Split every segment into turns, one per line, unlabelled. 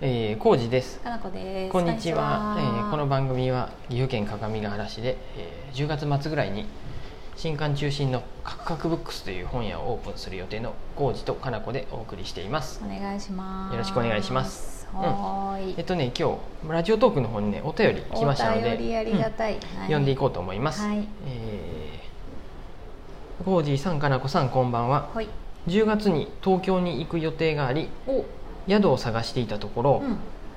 えー、康二です。
かなこです。
こんにちは。えーこの
場
番組は岐阜県各務原市で、えー10月末ぐらいに新刊中心のカクカクブックスという本屋をオープンする予定の康二とかなこでお送りしています。
お願いします。
よろしくお願いします。
はーい。
えっとね今日ラジオトークの方にねお便り来ましたので、
お便りありが
うん
たい。
読んでいこ
こ
うと思います。
はい
えー康二さんかなこさんこんばんは。
はい。
10月に東京に行く予定があり
お、
宿を探していたところ。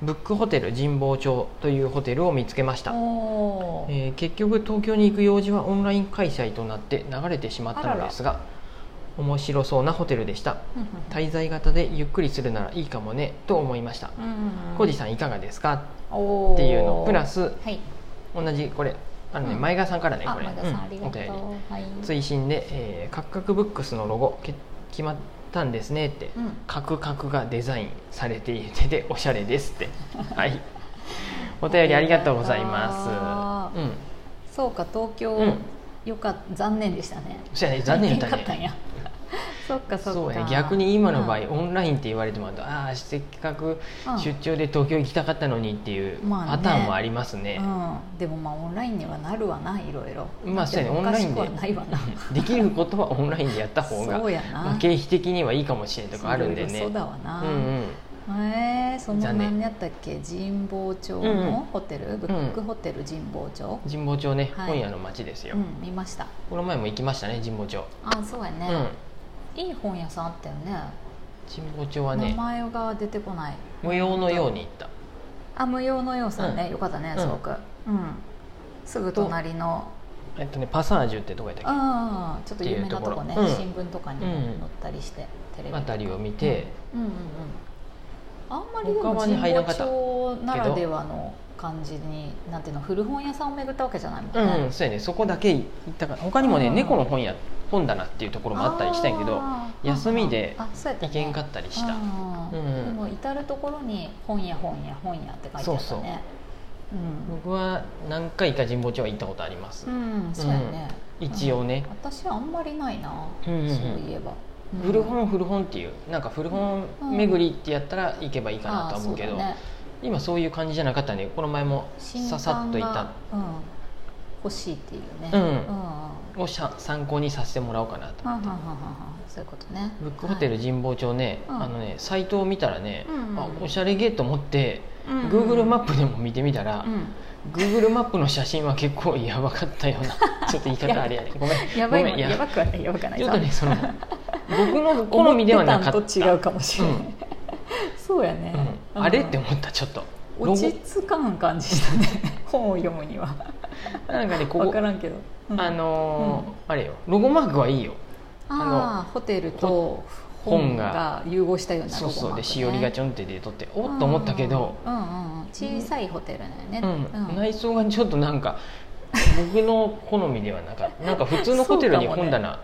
ブックホテル神保町というホテルを見つけまし
う
た
ん。、おー
えー結局東京に行く用事はオンライン開催となって流れてしまったのですが面白そうなホテルでした
うん
滞在型でゆっくりするならいいかもねと思いました
うんうん。
コジさんいかがですか
おー
っていうのプラ。ス
はい。
同じこれあのね、
うん
前川さんからね
あ、
これ、
前田さんあり
うん
が
お
と
便り
う。はい。
追伸で、えーカクカクブックスのロゴけ決まったんですね」って
うん
「カクカクがデザインされていてでおしゃれです」ってはいお便りありがとうございますうん
そうか東京
うん
よか残念でしたね。
そやね残念だ
行けんかったん
ね
や。そっかそっか。
そうや逆に今の場合
うん
オンラインって言われてもらうとああせっかく出張で東京行きたかったのにっていう
まあね
パターンもありますね
うん、でもまあオンラインにはなるわないろいろ
まあそうやね
な
オ
ん
ン
て
ライン
おかしくはないわな
でできることはオンラインでやった方が
そうやな
まあ経費的にはいいかもしれんとかあるんで
いろい
ね
ろそうだわな、
うんうん
へえその
残念
何やったっけ神保町
うんうん
のホテル、ブックホテル神保町、
神保町ね、
はい
本屋の町ですよ、
うん、見ました
この前も行きましたね神保町、
あそうや
う
ね
ん、、
いい本屋さんあったよね
神保町はね
名前が出てこない
無用のように行った
あ無用のようさん
う
ね、
ん
よかったね
うん
すごく、うんすぐ隣の
えっとねパサージュってとこやったっ
ああちょっと有名なとこね
っていうところうん
新聞とかにも載ったりして、テレビと
け
か
あたりを見て、
うんうんうん、あんまりでも
他はね
神
入らな
保
かった
町ならではの感じになんていうの古本屋さんを巡ったわけじゃないもんね、
うんうん、そうやねそこだけ行ったから他にもね、
うん
猫の本屋本棚っていうところもあったりしたんやけど
あー
休みで
あそうやた
行
ね
けんかったりした、
う
う
ん
んうん
でも至る所に本屋本屋本屋って書いてあったね
僕は何回か神保町は行ったことあります、
うん、うん、そうやね、
うん一応ね
うん私あんまりないな、
うんうんうん
そういえば、うん
古本古本っていうなんか古本巡りってやったら行けばいいかなとは思うけど、
あーそうだね
今そういう感じじゃなかったねこの前も
新
ささ
刊
っ
が
と行った
うん、欲しいっていうね
うん
うんうん
をしゃ参考にさせてもらおうかなと
はんはんはんはんはんそういうことね
ブックホテル神保町ね、
はいうん
あのねサイトを見たらね、
うんうん
あおしゃれゲーと思って、
うんうん
Google マップでも見てみたら、
はいうん
Google マップの写真は結構やばかったよう なちょっと言い方あれやねごめん
やばい
ご
も
めん
んやばくはないやばくはない
ちょっとねその僕の好みではなかった
思てたんと違うかもしれない、
うん
そうやね、
う
うんん
あれって思ったちょっと
落ち着かん感じしたね本を読むには
なんかねこ
分
こ
からんけど、うん
あのーあれよロゴマークはいいよ
あーホテルと
本
本
が
が融合したような
そうそうで
ロゴマークね
しおりがちょんって出とっておっと思ったけど、
うんうんうん、小さいホテルだよね、
うん
うん
内装がちょっとなんか僕の好みではなかったなんか普通のホテルに
そうかも
本
ね
棚、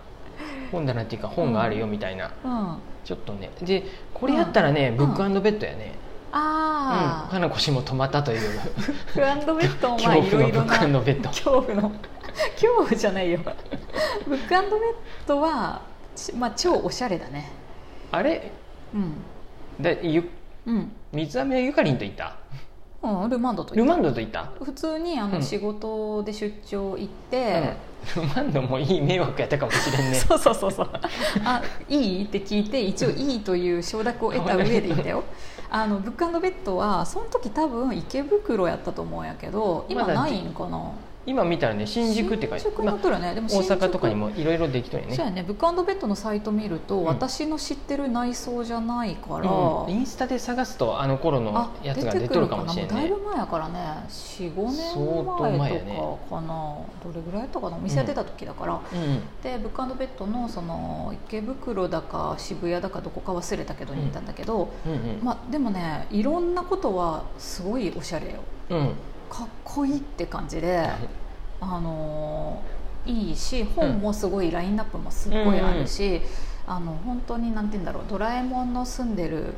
本棚っていうか本があるよみたいな、
うん
ちょっとねでこれやったらね、
ん
ブックベッドやね、うん、
あ
かなこ氏も泊まったという
あ、ブランドベッド もまあ
恐
いろ
怖のブッ
いろな
クベッド
恐怖の恐怖じゃないよブックアンドベッドは、ちまあ、超おしゃれだね
あれ
うん
でゆ
うん、
水飴ゆかりんと行った
うん、ルマンドと
ルマンドと行った
普通にあ
う
の
ん
仕事で出張行って、
うん、ルマンドもいい迷惑やったかもしれんね
そうそうそうそうあいいって聞いて一応いいという承諾を得た上で行ったよあのブックアンドベッドはその時多分池袋やったと思うんやけど今
まだ
ないんかな
今見たらね新宿って書いて
新宿に
まあ
なっとるよねでも
大
新宿
阪とかにもいろいろできとるよね
そうやねブックアンドベッドのサイト見ると、
ん
私の知ってる内装じゃないから、
うん、インスタで探すとあの頃のやつが出とるかもしれ
出てく
ない
るかなもうだいぶ前やからね45
相当
年
前や
前
ね
とかかな、どれぐらいやったかなお店出た時だから、
うん
でブックアンドベッドのその池袋だか渋谷だかどこか忘れたけど
うん
に行ったんだけど、
うんうん、
まあでもねいろんなことはすごいおしゃれよ
うん
かっこいいって感じであのーいいし本もすごい、ラインナップもすっごいあるし、あの本当になんて言うんだろう「ドラえもんの住ん でる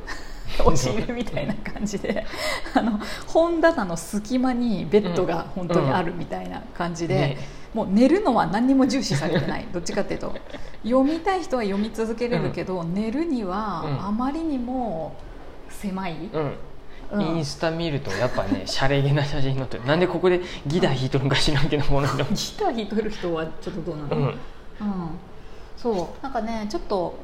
押し入れ」みたいな感じで あの本棚の隙間にベッドが本当にあるみたいな感じで。
ね
もう寝るのは何にも重視されてないどっちかっていうと読みたい人は読み続けれるけど、寝るに
うん
はあまりにも狭い、
うん
うん
インスタ見るとやっぱね 洒落げな写真になってるなんでここでギター弾いとるんか知らんけどもなんか
ギター弾いてる人はちょっとどうなの、
う
うん
ん
そうなんかねちょっと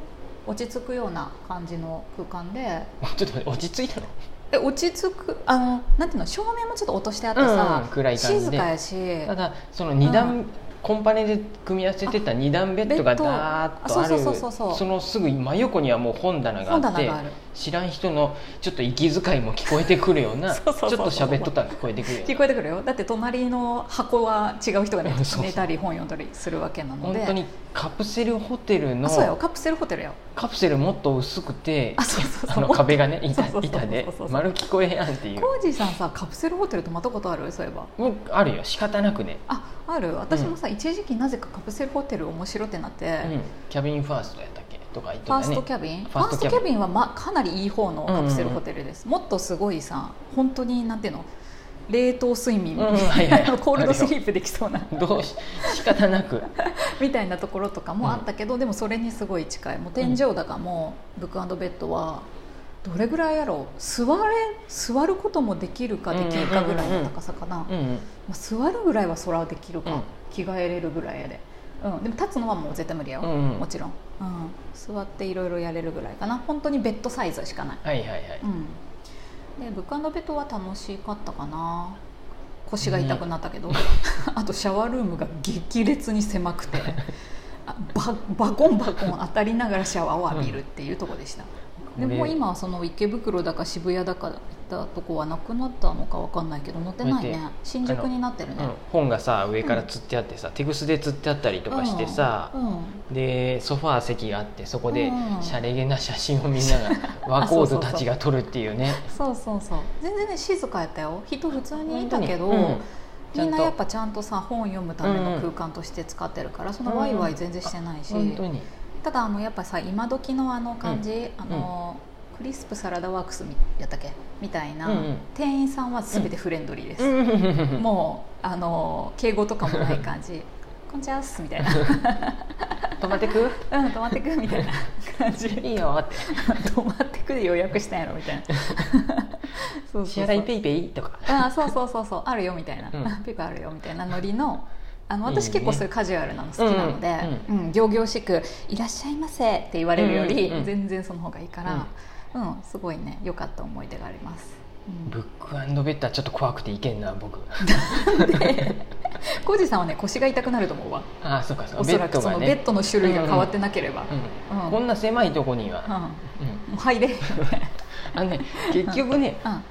落ち着くような感じの空間で
ちょっと待って落ち着いたの
え落ち着くあのなんていうの照明もちょっと落としてあって
うんうん
さ、
暗い感じで
静かやした
だその二段、コンパネで組み合わせてた二段ベッドが
ベッド
ダーッとあ
あそう
る
そうそうそう
そのすぐ真横にはもう本棚があ
本
っ
棚
て
がある
知らん人のちょっと息遣いも聞こえてくるような
そうそうそうそう
ちょっと喋っとったら聞こえてくるよう
聞
な
こえてくるよだって隣の箱は違う人が寝
そうそう
寝たり本読んだりするわけなの
本
で
当にカプセルホテル
あそうよ
の
カプセルホテルよ
カプセルもっと薄くて
あそうそうそう
あの壁がね板
そうそうそうそう
板で
そうそうそう
丸聞こえやんっていう
コージーさんさカプセルホテル泊まったことあるそういえば
もうあるよ仕方なくね、
あある私もさ、一時期なぜかカプセルホテル面白ってなって、
うん、キャビンファーストやったっけとか言っ
フ
と
ァー
った
ス
ね
トキャビン
フ
フ
ァ
ァ
ー
ー
ス
ス
ト
ト
キ
キ
ャ
ャ
ビ
ビンは、ま、かなりいい方のカプセルホテルです、もっとすごいさ本当になんていうの冷凍睡眠、
うんうんはいはい
あ のコールドスリープできそうな
どうし仕方なく
みたいなところとかもあったけど、でもそれにすごい近いもう天井高も、ブックベッドはどれぐらいやろう座れ座ることもできるかできんかぐらいの高さかな、
うんうん
まあ、座るぐらいは空はできるか、
うん
着替えれるぐらいやで、うん、でも立つのはもう絶対無理やよ、
うんうん
もちろん、うん、座っていろいろやれるぐらいかな本当にベッドサイズしかない、
はいはいはい
うん、でブックベッドは楽しかったかな腰が痛くなった けど、あとシャワールームが激烈に狭くてあババコンバコン当たりながらシャワーを浴びるっていうところでした、で
これ
もう今はその池袋だか渋谷だか行ったとこはなくなったのかわかんないけど載ってないね
こうやって
新宿になってる
うん
ね、
本がさ上からつってあってさ、手ぐすでつってあったりとかしてさ、
うんうん
でソファー席があってそこで
うん
洒落げな写真をみんな が和コードたちが撮るっていうね
そうそうそう全然ね静かやったよ人普通にいたけど、
本当にうんちゃ
み
ん
ん
と
なやっぱちゃんとさ本読むため
うんう
の
ん
空間として使ってるからそのワイワイ全然してないし、
本当に
ただあのやっぱさ今時のあの感じ、あのクリスプサラダワークスみやったっけみたいな、
うんうん
店員さんは全てフレンドリーです、
も
もうあの敬語とかもない感じ 「こんちゃっす」みたいな
う 止まってく
「うん止まってく」みたいな 感じ
いいよって
止まってくで予約したんやろみ たいなそうそうそう
支払いペイペイとか
ああそうそうそうそうあるよみたいな、
うん
ピップあるよみたいなノリのあの
いいね
私結構そういうカジュアルなの好きなのでうん仰々しく「いらっしゃいませ」って言われるより、
うんうんうん
全然その方がいいから、うんすごいね良かった思い出があります、うん
ブックベッドはちょっと怖くていけんな 僕
コージさんはね腰が痛くなると思うわ
ああそうかそう
お
か
そ
ベ
ら
ッ
く
ド
そ
が
の
ね
ベッドの種類が変わってなければ、うん
うん
うん
こんな狭いとこには、
も
うん
う入れへんみたいな、
あのね結局 ね
うん、
あ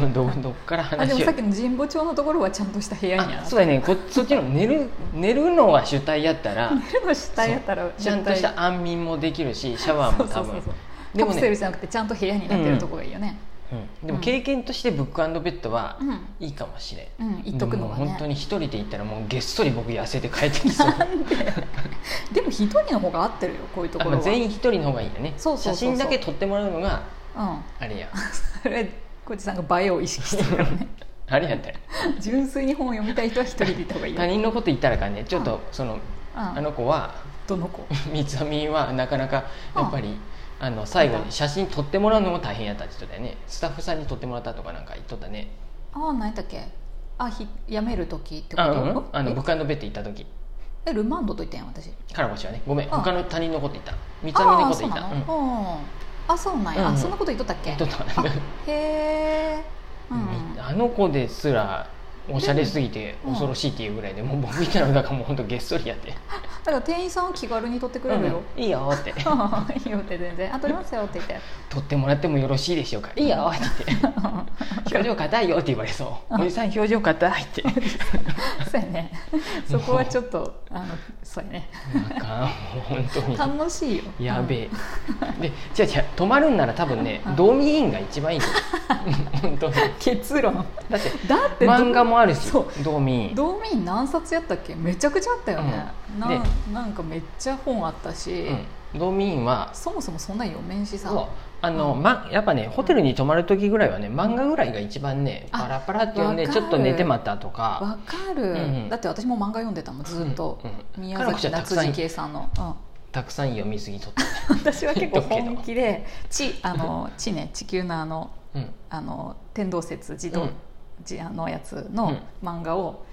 のどどっから
あでも
話を
さっきの神保町のところはちゃんとした部屋にあ
あ
る
そうだねこそっちの寝る寝るのが主体やったら
寝るの下やったら
ちゃんとした安眠もできるしシャワーも多分で
カ
も
プセル
ね、
じゃなくてちゃんと部屋になってるとこがいいよね、
うんでも経験としてブックベッドは
うん
いいかもしれん、
うん言っとくのが
でも
ね
本当に一人で行ったらもうげっそり僕痩せて帰ってきそう
でも一人の方が合ってるよこういうと
あ
こ
ま
ろは
あ全員一人の方がいいよね
そうそうそうそう
写真だけ撮ってもらうのが
うん
あれや
それ小路さんが映えを意識してるから ね
あれやったよ
純粋に本を読みたい人は一人でいた方がいいよ
他人のこと言ったらかんねちょっとその
うん
あの子は
どの子
三つ編みはなかなかやっぱりあの最後に写真撮ってもらうのも大変やったって言ってたよねスタッフさんに撮ってもらったとかなんか言っとったね
ああ何やったっけあひ辞める時ってこ
あ
と
うんあの
え
ブックベッド行った時
えルマンドと言ったんやん私
カラコシはねごめん
あ
他の他人のこと言った三つ編み
あ
のこ
あー
と
そ
言
う
っ
な
た
の
うん
うんあそうなんや、
うんうん
あそんなこと言っとったっ
言
け
っとった
あへえうん
みあの子ですらおしゃれすぎて
うん
恐ろしいっていうぐらいでもう僕みたいなのだからもうほんとげっそりやって
だから店員さんは気軽に取ってくれるよ、
うんいいよって
いいよって全然「あ取りますよ」って言って
撮ってもらってもよろしいでしょうかいいよって言 って表情硬いよって言われそうおじさん表情硬いって
そうやねそこはちょっとあのそうやね
なんかもう本当に
楽しいよ
やべえ、で違う違う泊まるんなら多分ね
うん
ドーミーインが一番いいと 思う本当にだ
結論
って
だってど
漫画もあるし
そう
ドーミーイン
道民何冊やったっけめちゃくちゃあったよね、
うん
な
で
なんかめっちゃ本あったし、
うんドーミーインは
そもそもそんな読めんしさ
そうあの、
うん
ま、やっぱねホテルに泊まる時ぐらいはね漫画ぐらいが一番ね
あ
パラパラって読んで
わか
ち
る
ょっと寝てまったとか
わかる、
うん
だって私も漫画読んでたもんずっと、
うんうん
宮
彼女
崎
たく
夏
さん
次圭さんの、うん
たくさん読みすぎとった
私は結構
どっけど
本気で地あの地ね地球のあの
うん
あの天動説児童、
うん
じあのやつ
う
の
ん
漫画を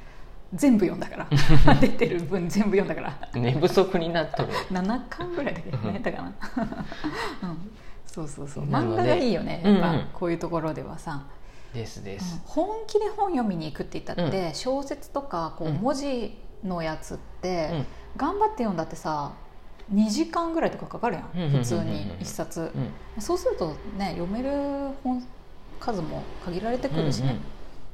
全部読んだから 出てる分全部読んだから
寝不足になっとる
7巻ぐらいだけどねだから うんそうそうそう
なの
漫
で
画がいいよねやっぱ、
うんうん
こういうところではさ、
ですで
うん
す、
本気で本読みに行くって言ったって、小説とかこう
うん
文字のやつっ
う
て、
ん
頑張って読んだってさ2時間ぐらいとかかかるやん
うんうんうんうん
普通に1冊
うん
そうするとね読める本数も限られてくるしね、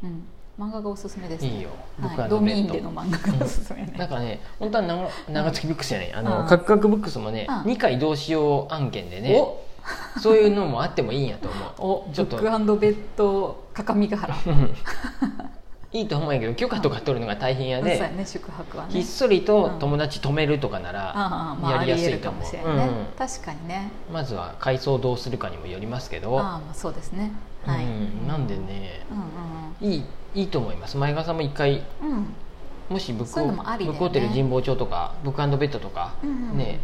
うん漫画がおすすめです、
うんう
ね、
んいいよ、僕
は、
はいド
ド
ミ
ミ
ーン
ーン
で
で
の
の漫画がおすすめね、
なんかね本当は長長月ブックスじゃないあ
う
の
ん
カクカクブックスもね
うん
2回どうしよう案件でね
お
そういうのもあってもいいんやと思
お
ち
ブ
ょっと
ックベッド各務原
ううんいいと思うんやけど許可とか取るのが大変や
そうや
で
ね宿泊は
ひっ
ね
そりと友達止めるとかなら
ああまあ
や
あ
り
り
やす
え
い
る
と
か
思う
もしれないね、
うん
確かにね
まずは階層どうするかにもよりますけど
ああまあそうですねはい、
うんなんでね
うん
いいいいと思います前川さんも一回
うんうんうん
もしブック
そういうのもあり
ブ
だよ
ッ
ね
クホテル神保町とかブックベッドとか
うんうん
ね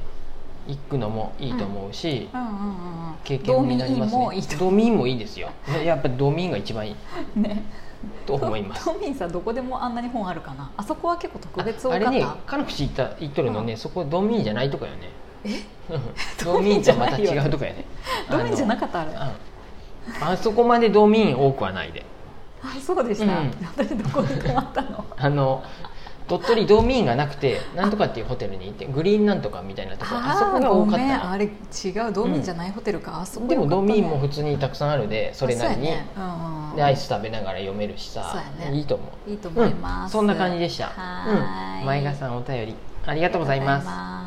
行くのもいいと思うし、
うんうんうん
経験になります
ドミーンも
ね
いいと
ドミーンもいいですよねやっぱりドミーンが一番いい
ね
と思い ます
トミーさんどこでもあんなに本あるかなあそこは結構特別多
あ
か
あ
った
れね彼口行った行っとるのね、そこドミーンじゃないとかよね
え
うん ド
ド
ミ
ミ
ーン
ーン
と
じ
は
ゃ
ま
な
た
いよ
違うとかよね
ドミーンじゃな
っ
かったあれあ
ああそこまでドミーン多くはないで
そうでした、
うん
私どこに泊まったの
あの鳥取ドミーンがなくてなんとかっていうホテルに行ってグリーンなんとかみたいなところあそこが多
ご
かっ
め
た
ん
の
あれ違うドミーンじゃないホテルか、あそこ
でもドミーンも
よかっ
普通にたくさんあるでそ
たね
れなりに、
あそうやねうんうん
でアイス食べながら読めるしさ、
そうやね
いいと思う
いいと思います、
うんそんな感じでした
はーい
うん前川さんお便りありがとうござい
ありがと
ま
うござい
す
ます